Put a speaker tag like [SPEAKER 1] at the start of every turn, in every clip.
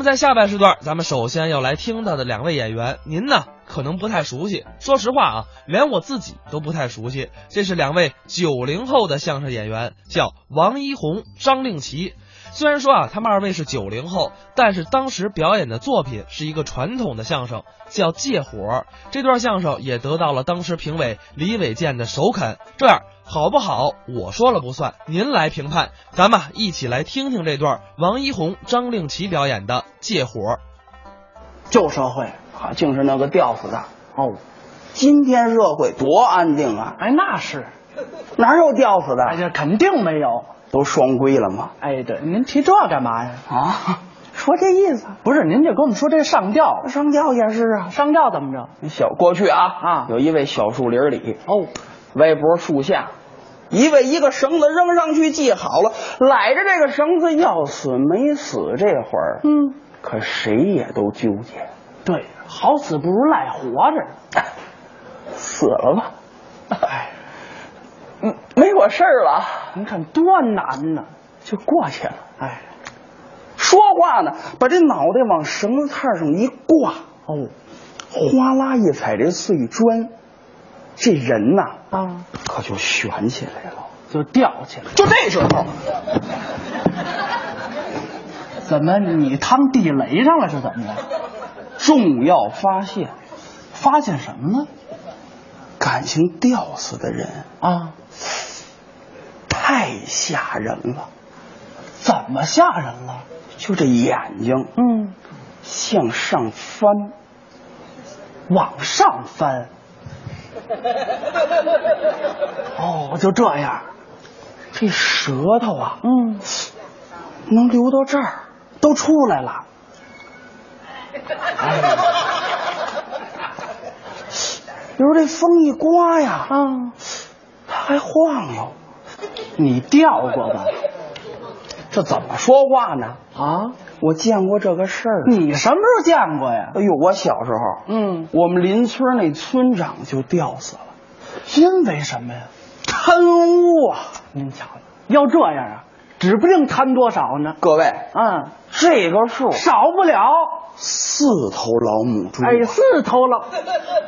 [SPEAKER 1] 那么在下半时段，咱们首先要来听到的两位演员，您呢可能不太熟悉。说实话啊，连我自己都不太熟悉。这是两位九零后的相声演员，叫王一红、张令奇。虽然说啊，他们二位是九零后，但是当时表演的作品是一个传统的相声，叫《借火》。这段相声也得到了当时评委李伟健的首肯。这样好不好，我说了不算，您来评判。咱们啊一起来听听这段王一红、张令奇表演的《借火》。
[SPEAKER 2] 旧社会啊，竟是那个吊死的哦。今天社会多安定啊，
[SPEAKER 3] 哎，那是，
[SPEAKER 2] 哪有吊死的？
[SPEAKER 3] 哎，这肯定没有。
[SPEAKER 2] 都双规了吗？
[SPEAKER 3] 哎，对，您提这干嘛呀？
[SPEAKER 2] 啊，说这意思，
[SPEAKER 3] 不是，您就跟我们说这上吊，
[SPEAKER 2] 上吊也是啊。
[SPEAKER 3] 上吊怎么着？
[SPEAKER 2] 小过去啊
[SPEAKER 3] 啊
[SPEAKER 2] 有一位小树林里
[SPEAKER 3] 哦，
[SPEAKER 2] 歪脖树下，一位一个绳子扔上去系好了，揽着这个绳子要死没死这会儿，
[SPEAKER 3] 嗯，
[SPEAKER 2] 可谁也都纠结，
[SPEAKER 3] 对，好死不如赖活着。
[SPEAKER 2] 哎死了吧，
[SPEAKER 3] 哎，
[SPEAKER 2] 嗯，没我事儿了，
[SPEAKER 3] 您看多难呐！
[SPEAKER 2] 就过去了。
[SPEAKER 3] 哎，
[SPEAKER 2] 说话呢，把这脑袋往绳子套上一挂，
[SPEAKER 3] 哦，
[SPEAKER 2] 哗啦一踩这碎砖，这人呐、
[SPEAKER 3] 啊，
[SPEAKER 2] 可就悬起来了。
[SPEAKER 3] 就吊起来。
[SPEAKER 2] 就这时候，
[SPEAKER 3] 怎么你趟地雷上了是怎么的？
[SPEAKER 2] 重要发现，
[SPEAKER 3] 发现什么了？
[SPEAKER 2] 感情吊死的人
[SPEAKER 3] 啊，
[SPEAKER 2] 太吓人了，
[SPEAKER 3] 怎么吓人了？
[SPEAKER 2] 就这眼睛
[SPEAKER 3] 嗯，
[SPEAKER 2] 向上翻，
[SPEAKER 3] 往上翻。 哦，就这样。
[SPEAKER 2] 这舌头啊
[SPEAKER 3] 嗯，
[SPEAKER 2] 能流到这儿，都出来了。哎 你说这风一刮呀，
[SPEAKER 3] 啊，
[SPEAKER 2] 它还晃悠。
[SPEAKER 3] 你掉过吧？
[SPEAKER 2] 这怎么说话呢？
[SPEAKER 3] 啊，
[SPEAKER 2] 我见过这个事儿。
[SPEAKER 3] 你什么时候见过呀？
[SPEAKER 2] 哎呦，我小时候，
[SPEAKER 3] 嗯，
[SPEAKER 2] 我们邻村那村长就吊死了，
[SPEAKER 3] 因为什么呀？
[SPEAKER 2] 贪污啊！
[SPEAKER 3] 您瞧，要这样啊，指不定贪多少呢。
[SPEAKER 2] 各位，
[SPEAKER 3] 嗯，
[SPEAKER 2] 这个数嗯
[SPEAKER 3] 少不了。
[SPEAKER 2] 四头老母猪，
[SPEAKER 3] 哎，四头了，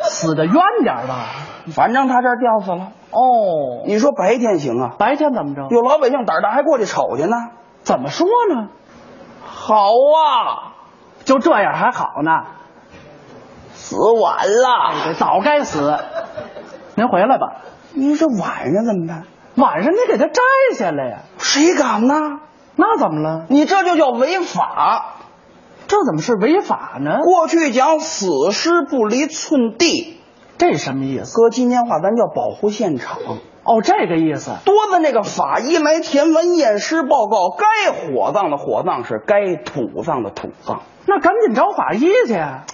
[SPEAKER 3] 死的冤点儿吧。
[SPEAKER 2] 反正他这儿吊死了。
[SPEAKER 3] 哦，
[SPEAKER 2] 你说白天行啊？
[SPEAKER 3] 白天怎么着？
[SPEAKER 2] 有老百姓胆儿大，还过去瞅去呢。
[SPEAKER 3] 怎么说呢？
[SPEAKER 2] 好啊，
[SPEAKER 3] 就这样还好呢。
[SPEAKER 2] 死晚了。
[SPEAKER 3] 哎这早该死。您回来吧，
[SPEAKER 2] 你说晚上怎么办？
[SPEAKER 3] 晚上你给他摘下来呀。
[SPEAKER 2] 谁敢呢？
[SPEAKER 3] 那怎么了？
[SPEAKER 2] 你这就叫违法。
[SPEAKER 3] 这怎么是违法呢？
[SPEAKER 2] 过去讲死尸不离寸地，
[SPEAKER 3] 这什么意思？
[SPEAKER 2] 搁今天话咱叫保护现场。
[SPEAKER 3] 哦，这个意思。
[SPEAKER 2] 多的那个法医来填文验尸报告，该火葬的火葬是该土葬的土葬。
[SPEAKER 3] 那赶紧找法医去啊。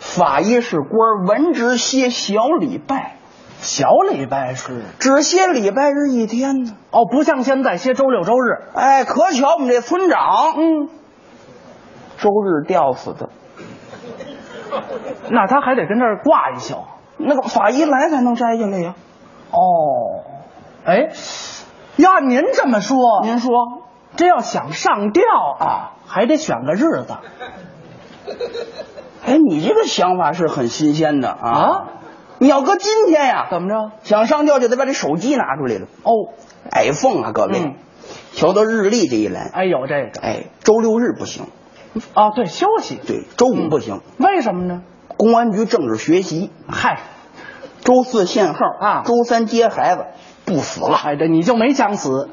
[SPEAKER 2] 法医是官，文职歇小礼拜，
[SPEAKER 3] 小礼拜是
[SPEAKER 2] 只歇礼拜日一天呢。
[SPEAKER 3] 哦，不像现在歇周六周日。
[SPEAKER 2] 哎，可巧我们这村长
[SPEAKER 3] 嗯，
[SPEAKER 2] 周日吊死的，
[SPEAKER 3] 那他还得跟这儿挂一宿。
[SPEAKER 2] 那个法医来才能摘下来呀。
[SPEAKER 3] 哦，哎，要按您这么说，
[SPEAKER 2] 您说
[SPEAKER 3] 这要想上吊啊，还得选个日子
[SPEAKER 2] 哎，你这个想法是很新鲜的啊！
[SPEAKER 3] 啊
[SPEAKER 2] 你要搁今天呀、
[SPEAKER 3] 怎么着？
[SPEAKER 2] 想上吊就得把这手机拿出来了
[SPEAKER 3] 哦，
[SPEAKER 2] ，iPhone 啊，各位
[SPEAKER 3] 嗯，
[SPEAKER 2] 瞧到日历这一栏，
[SPEAKER 3] 哎，有这个
[SPEAKER 2] 哎，周六日不行，
[SPEAKER 3] 啊，对，休息。
[SPEAKER 2] 对，周五不行，
[SPEAKER 3] 为什么呢？
[SPEAKER 2] 公安局政治学习，
[SPEAKER 3] 嗨，
[SPEAKER 2] 周四限号
[SPEAKER 3] 啊
[SPEAKER 2] 周三接孩子，不死了。
[SPEAKER 3] 哎，这你就没想死，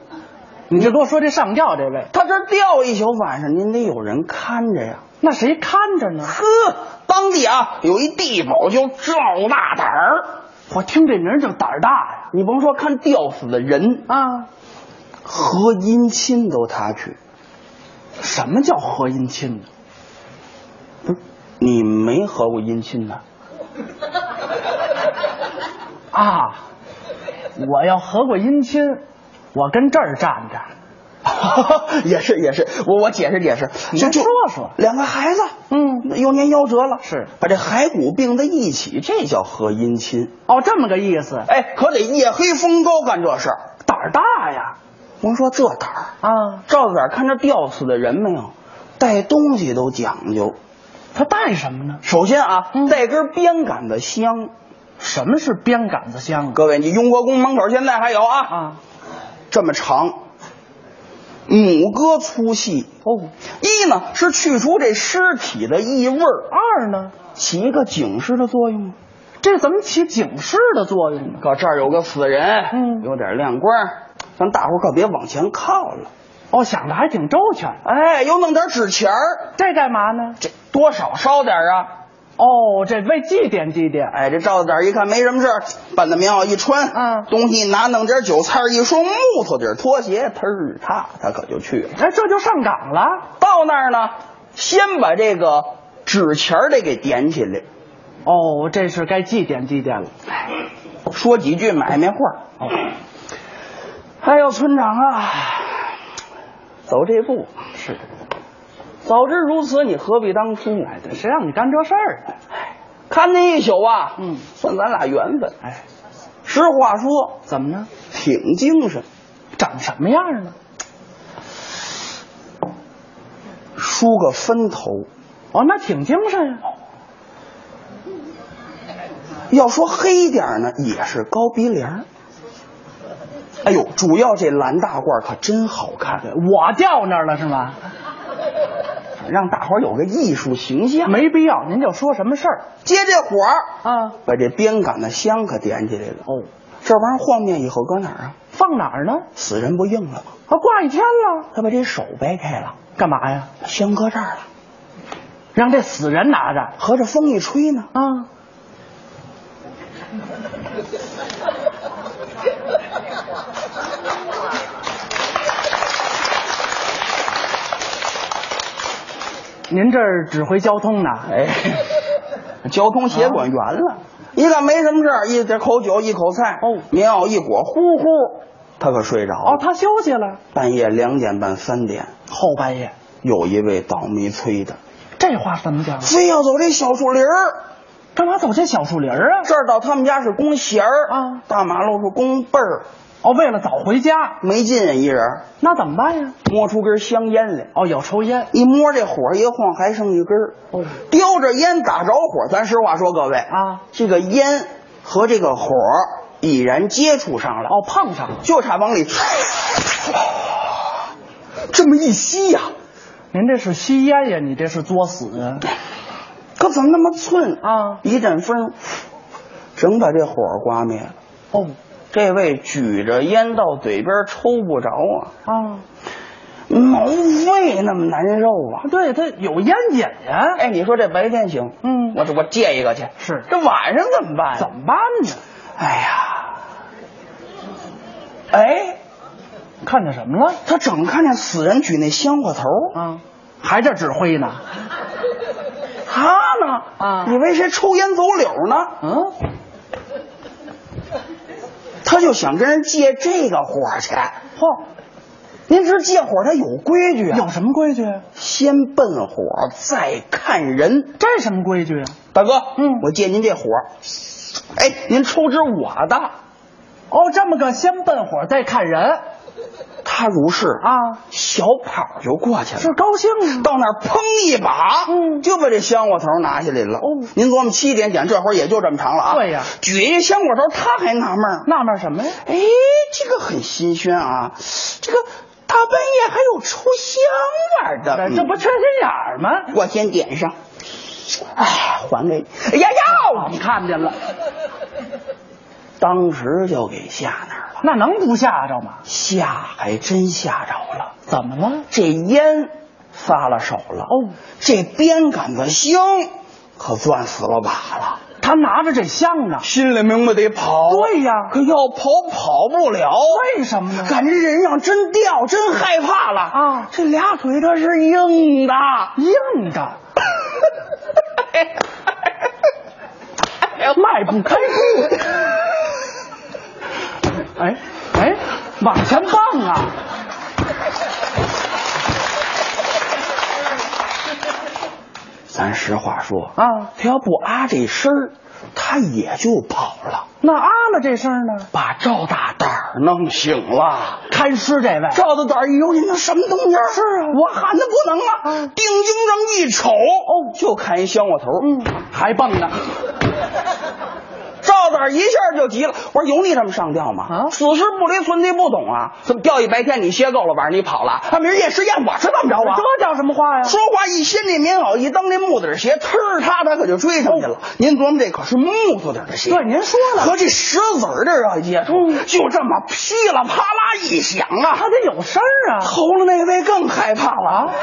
[SPEAKER 3] 你就给我说这上吊这位，
[SPEAKER 2] 他这吊一宿，晚上您得有人看着呀。
[SPEAKER 3] 那谁看着呢？
[SPEAKER 2] 呵，当地啊有一地保叫赵大胆儿，
[SPEAKER 3] 我听这名儿就胆儿大呀。
[SPEAKER 2] 你甭说看吊死的人，
[SPEAKER 3] 啊，
[SPEAKER 2] 和姻亲都他去。
[SPEAKER 3] 什么叫和姻亲呢？
[SPEAKER 2] 不是你没合过姻亲呢？
[SPEAKER 3] 啊，我要合过姻亲，我跟这儿站着。
[SPEAKER 2] 也是也是，我我解释解释，
[SPEAKER 3] 你
[SPEAKER 2] 就就
[SPEAKER 3] 说说
[SPEAKER 2] 两个孩子，
[SPEAKER 3] 嗯，
[SPEAKER 2] 幼年夭折了，
[SPEAKER 3] 是
[SPEAKER 2] 把这骸骨并在一起，这叫合姻亲。
[SPEAKER 3] 哦，这么个意思，
[SPEAKER 2] 哎，可得夜黑风高干这事儿。
[SPEAKER 3] 胆儿大呀。
[SPEAKER 2] 甭说这胆儿，
[SPEAKER 3] 啊，
[SPEAKER 2] 赵子儿看着吊死的人没有，带东西都讲究。
[SPEAKER 3] 他带什么呢？
[SPEAKER 2] 首先啊，
[SPEAKER 3] 嗯
[SPEAKER 2] 带根鞭杆子香。
[SPEAKER 3] 什么是鞭杆子香？
[SPEAKER 2] 各位，你雍和宫门口现在还有啊，
[SPEAKER 3] 啊，
[SPEAKER 2] 这么长，拇哥粗细。
[SPEAKER 3] 哦，
[SPEAKER 2] 一呢是去除这尸体的异味儿，
[SPEAKER 3] 二呢？哎
[SPEAKER 2] 起一个警示的作用。
[SPEAKER 3] 这怎么起警示的作用呢？
[SPEAKER 2] 搁这儿有个死人，
[SPEAKER 3] 嗯
[SPEAKER 2] 有点亮光，咱大伙儿可别往前靠了。
[SPEAKER 3] 哦，想的还挺周全。
[SPEAKER 2] 哎，又弄点纸钱儿，
[SPEAKER 3] 这干嘛呢？
[SPEAKER 2] 这多少烧点儿啊。
[SPEAKER 3] 哦，这为祭奠祭奠。
[SPEAKER 2] 哎，这罩子胆儿一看没什么事儿，半大棉袄一穿，
[SPEAKER 3] 嗯
[SPEAKER 2] 东西一拿弄点韭菜，一双木头底儿拖鞋，嘚儿踏，他可就去了。
[SPEAKER 3] 哎，这就上岗了。
[SPEAKER 2] 到那儿呢，先把这个纸钱儿得给点起来，
[SPEAKER 3] 哦，这是该祭奠祭奠了。
[SPEAKER 2] 说几句买卖话儿。哎呦，村长啊，走这步是，早知如此，你何必当初？哎，真
[SPEAKER 3] 谁让你干这事儿呢？
[SPEAKER 2] 看那一宿啊，
[SPEAKER 3] 嗯
[SPEAKER 2] 算咱俩缘分。
[SPEAKER 3] 哎，
[SPEAKER 2] 实话说，
[SPEAKER 3] 怎么呢？
[SPEAKER 2] 挺精神，
[SPEAKER 3] 长什么样呢？
[SPEAKER 2] 梳个分头。
[SPEAKER 3] 哦，那挺精神啊。
[SPEAKER 2] 要说黑点儿呢，也是高鼻梁儿。哎呦，主要这蓝大褂可真好看，
[SPEAKER 3] 我掉那儿了是吗？
[SPEAKER 2] 让大伙儿有个艺术形象。
[SPEAKER 3] 没必要，您就说什么事儿
[SPEAKER 2] 接这火儿，
[SPEAKER 3] 啊？
[SPEAKER 2] 把这鞭杆的香可点起来了。
[SPEAKER 3] 哦，
[SPEAKER 2] 这玩意儿晃面以后搁哪儿啊？
[SPEAKER 3] 放哪儿呢？
[SPEAKER 2] 死人不硬了吗？
[SPEAKER 3] 啊，挂一天了，
[SPEAKER 2] 他把这手掰开了，
[SPEAKER 3] 干嘛呀？
[SPEAKER 2] 香搁这儿了，
[SPEAKER 3] 让这死人拿着
[SPEAKER 2] 合着风一吹呢，
[SPEAKER 3] 啊？您这儿指挥交通呢？哎， 啊
[SPEAKER 2] 交通协管员了。一看没什么事儿，一这口酒一口菜，
[SPEAKER 3] 哦
[SPEAKER 2] 棉袄一裹，呼呼，他可睡着了。
[SPEAKER 3] 哦，他休息了，
[SPEAKER 2] 半夜两点半三点，
[SPEAKER 3] 后半夜，
[SPEAKER 2] 有一位倒霉催的，
[SPEAKER 3] 这话怎么讲？啊
[SPEAKER 2] 非要走这小树林儿。
[SPEAKER 3] 干嘛走这小树林儿啊？
[SPEAKER 2] 这儿到他们家是弓弦儿
[SPEAKER 3] 啊
[SPEAKER 2] 大马路是弓背儿，
[SPEAKER 3] 哦，为了早回家，
[SPEAKER 2] 没劲啊，一人
[SPEAKER 3] 那怎么办呀？
[SPEAKER 2] 摸出根香烟来，
[SPEAKER 3] 哦，有抽烟。
[SPEAKER 2] 一摸这火一晃还剩一根儿，
[SPEAKER 3] 哦，
[SPEAKER 2] 叼着烟打着火，咱实话说，各位
[SPEAKER 3] 啊，
[SPEAKER 2] 这个烟和这个火已然接触上了，
[SPEAKER 3] 哦，碰上了。
[SPEAKER 2] 就差往里， 这么一吸呀、
[SPEAKER 3] 您这是吸烟呀？你这是作死啊？
[SPEAKER 2] 可怎么那么寸？
[SPEAKER 3] 啊，
[SPEAKER 2] 一阵风，整把这火刮灭了。
[SPEAKER 3] 哦，
[SPEAKER 2] 这位举着烟到嘴边抽不着啊，
[SPEAKER 3] 啊，
[SPEAKER 2] 毛肺那么难受啊！
[SPEAKER 3] 对，他有烟瘾呀。
[SPEAKER 2] 哎，你说这白天行，
[SPEAKER 3] 嗯
[SPEAKER 2] 我我借一个去，
[SPEAKER 3] 是
[SPEAKER 2] 这晚上怎么办呀？
[SPEAKER 3] 怎么办呢？
[SPEAKER 2] 哎呀，哎，
[SPEAKER 3] 看见什么了？
[SPEAKER 2] 他整看见死人举那香火头，
[SPEAKER 3] 啊，还这指挥呢？
[SPEAKER 2] 他呢，
[SPEAKER 3] 啊
[SPEAKER 2] 以为谁抽烟走柳呢，
[SPEAKER 3] 嗯，
[SPEAKER 2] 他就想跟人借这个火去。
[SPEAKER 3] 嚯，
[SPEAKER 2] 您知借火他有规矩啊，
[SPEAKER 3] 有什么规矩？
[SPEAKER 2] 先奔火再看人。
[SPEAKER 3] 这什么规矩啊？
[SPEAKER 2] 大哥，
[SPEAKER 3] 嗯
[SPEAKER 2] 我借您这火，哎，您抽支我的。
[SPEAKER 3] 哦，这么个先奔火再看人
[SPEAKER 2] 他如是，
[SPEAKER 3] 啊，
[SPEAKER 2] 小跑就过去了。
[SPEAKER 3] 是高兴啊？
[SPEAKER 2] 到那儿砰一把，
[SPEAKER 3] 嗯
[SPEAKER 2] 就把这香火头拿下来了。
[SPEAKER 3] 哦
[SPEAKER 2] 您琢磨七点点，这会儿也就这么长了啊。
[SPEAKER 3] 对呀嗯
[SPEAKER 2] 举一香火头，他还纳闷儿，
[SPEAKER 3] 纳闷什么呀？
[SPEAKER 2] 哎，这个很新鲜啊，这个大半夜还有抽香味儿的，
[SPEAKER 3] 这不
[SPEAKER 2] 嗯
[SPEAKER 3] 缺心眼儿吗？
[SPEAKER 2] 我先点上，哎，还给你。哎呀
[SPEAKER 3] 我
[SPEAKER 2] 呀！
[SPEAKER 3] 们啊看见了，
[SPEAKER 2] 当时就给吓那儿了，
[SPEAKER 3] 那能不吓着吗？
[SPEAKER 2] 吓还真吓着了，
[SPEAKER 3] 怎么了？
[SPEAKER 2] 这烟撒了手了，
[SPEAKER 3] 哦，
[SPEAKER 2] 这鞭杆子香可攥死了把了。
[SPEAKER 3] 他拿着这香呢？
[SPEAKER 2] 心里明白得跑，啊
[SPEAKER 3] 对呀
[SPEAKER 2] 可要跑跑不了，啊
[SPEAKER 3] 为什么呢？
[SPEAKER 2] 感觉人要真掉，真害怕了
[SPEAKER 3] 啊
[SPEAKER 2] 这俩腿它是硬的，
[SPEAKER 3] 硬的， 迈不开步。哎哎，往前蹦啊！
[SPEAKER 2] 咱实话说
[SPEAKER 3] 啊
[SPEAKER 2] 他要不啊这声儿，他也就跑了。
[SPEAKER 3] 那啊了这声呢？
[SPEAKER 2] 把赵大胆儿儿弄醒了。
[SPEAKER 3] 看尸这位，
[SPEAKER 2] 赵子胆一揉眼睛，什么东西？是啊，我喊的不能啊！定睛这么一瞅，哦，就看一香火头，嗯，还蹦呢。赵子儿一下就急了，我说有你这么上吊吗？
[SPEAKER 3] 啊
[SPEAKER 2] 此时不离存地不懂啊！怎么吊一白天你歇够了，晚上你跑了？啊，明儿夜尸宴我是这么着啊？
[SPEAKER 3] 这叫什么话呀？
[SPEAKER 2] 说话一掀这棉袄，一蹬这木头底鞋，呲儿踏他可就追上去了。您琢磨这可是木头底的鞋，
[SPEAKER 3] 对，您说呢？
[SPEAKER 2] 和这石子儿这儿要接触，就这么噼里啪啦一响啊，
[SPEAKER 3] 他嗯得有声儿啊！
[SPEAKER 2] 头了那位更害怕了啊！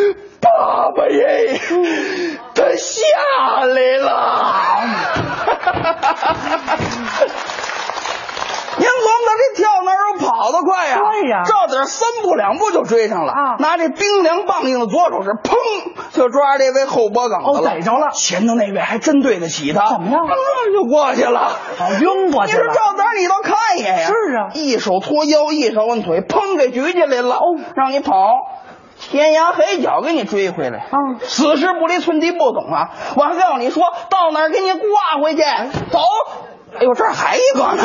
[SPEAKER 2] 爸爸耶，
[SPEAKER 3] 嗯
[SPEAKER 2] 他下来 了！您琢磨他这跳哪儿有跑得快呀、
[SPEAKER 3] 对呀
[SPEAKER 2] 赵子儿三步两步就追上了
[SPEAKER 3] 啊
[SPEAKER 2] 拿这冰凉棒硬的左手是砰就抓这位后脖梗子
[SPEAKER 3] 哦逮着了
[SPEAKER 2] 前头那位还真对得起他，
[SPEAKER 3] 怎么样
[SPEAKER 2] 啊就过去了。
[SPEAKER 3] 好晕过去
[SPEAKER 2] 你
[SPEAKER 3] 了
[SPEAKER 2] 说。赵子儿，你倒看一眼呀！
[SPEAKER 3] 是啊
[SPEAKER 2] 一手托腰，一手摁腿，砰给举起来了，哦，让你跑，天涯海角给你追回来。
[SPEAKER 3] 啊
[SPEAKER 2] 此时不离寸地不懂啊！我还告诉你说，到哪儿给你挂回去，走。哎呦，这儿还一个呢！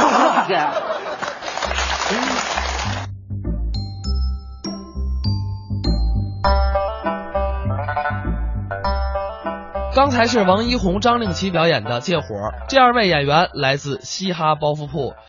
[SPEAKER 1] 刚才是王一红、张令奇表演的《借火》，这二位演员来自嘻哈包袱铺。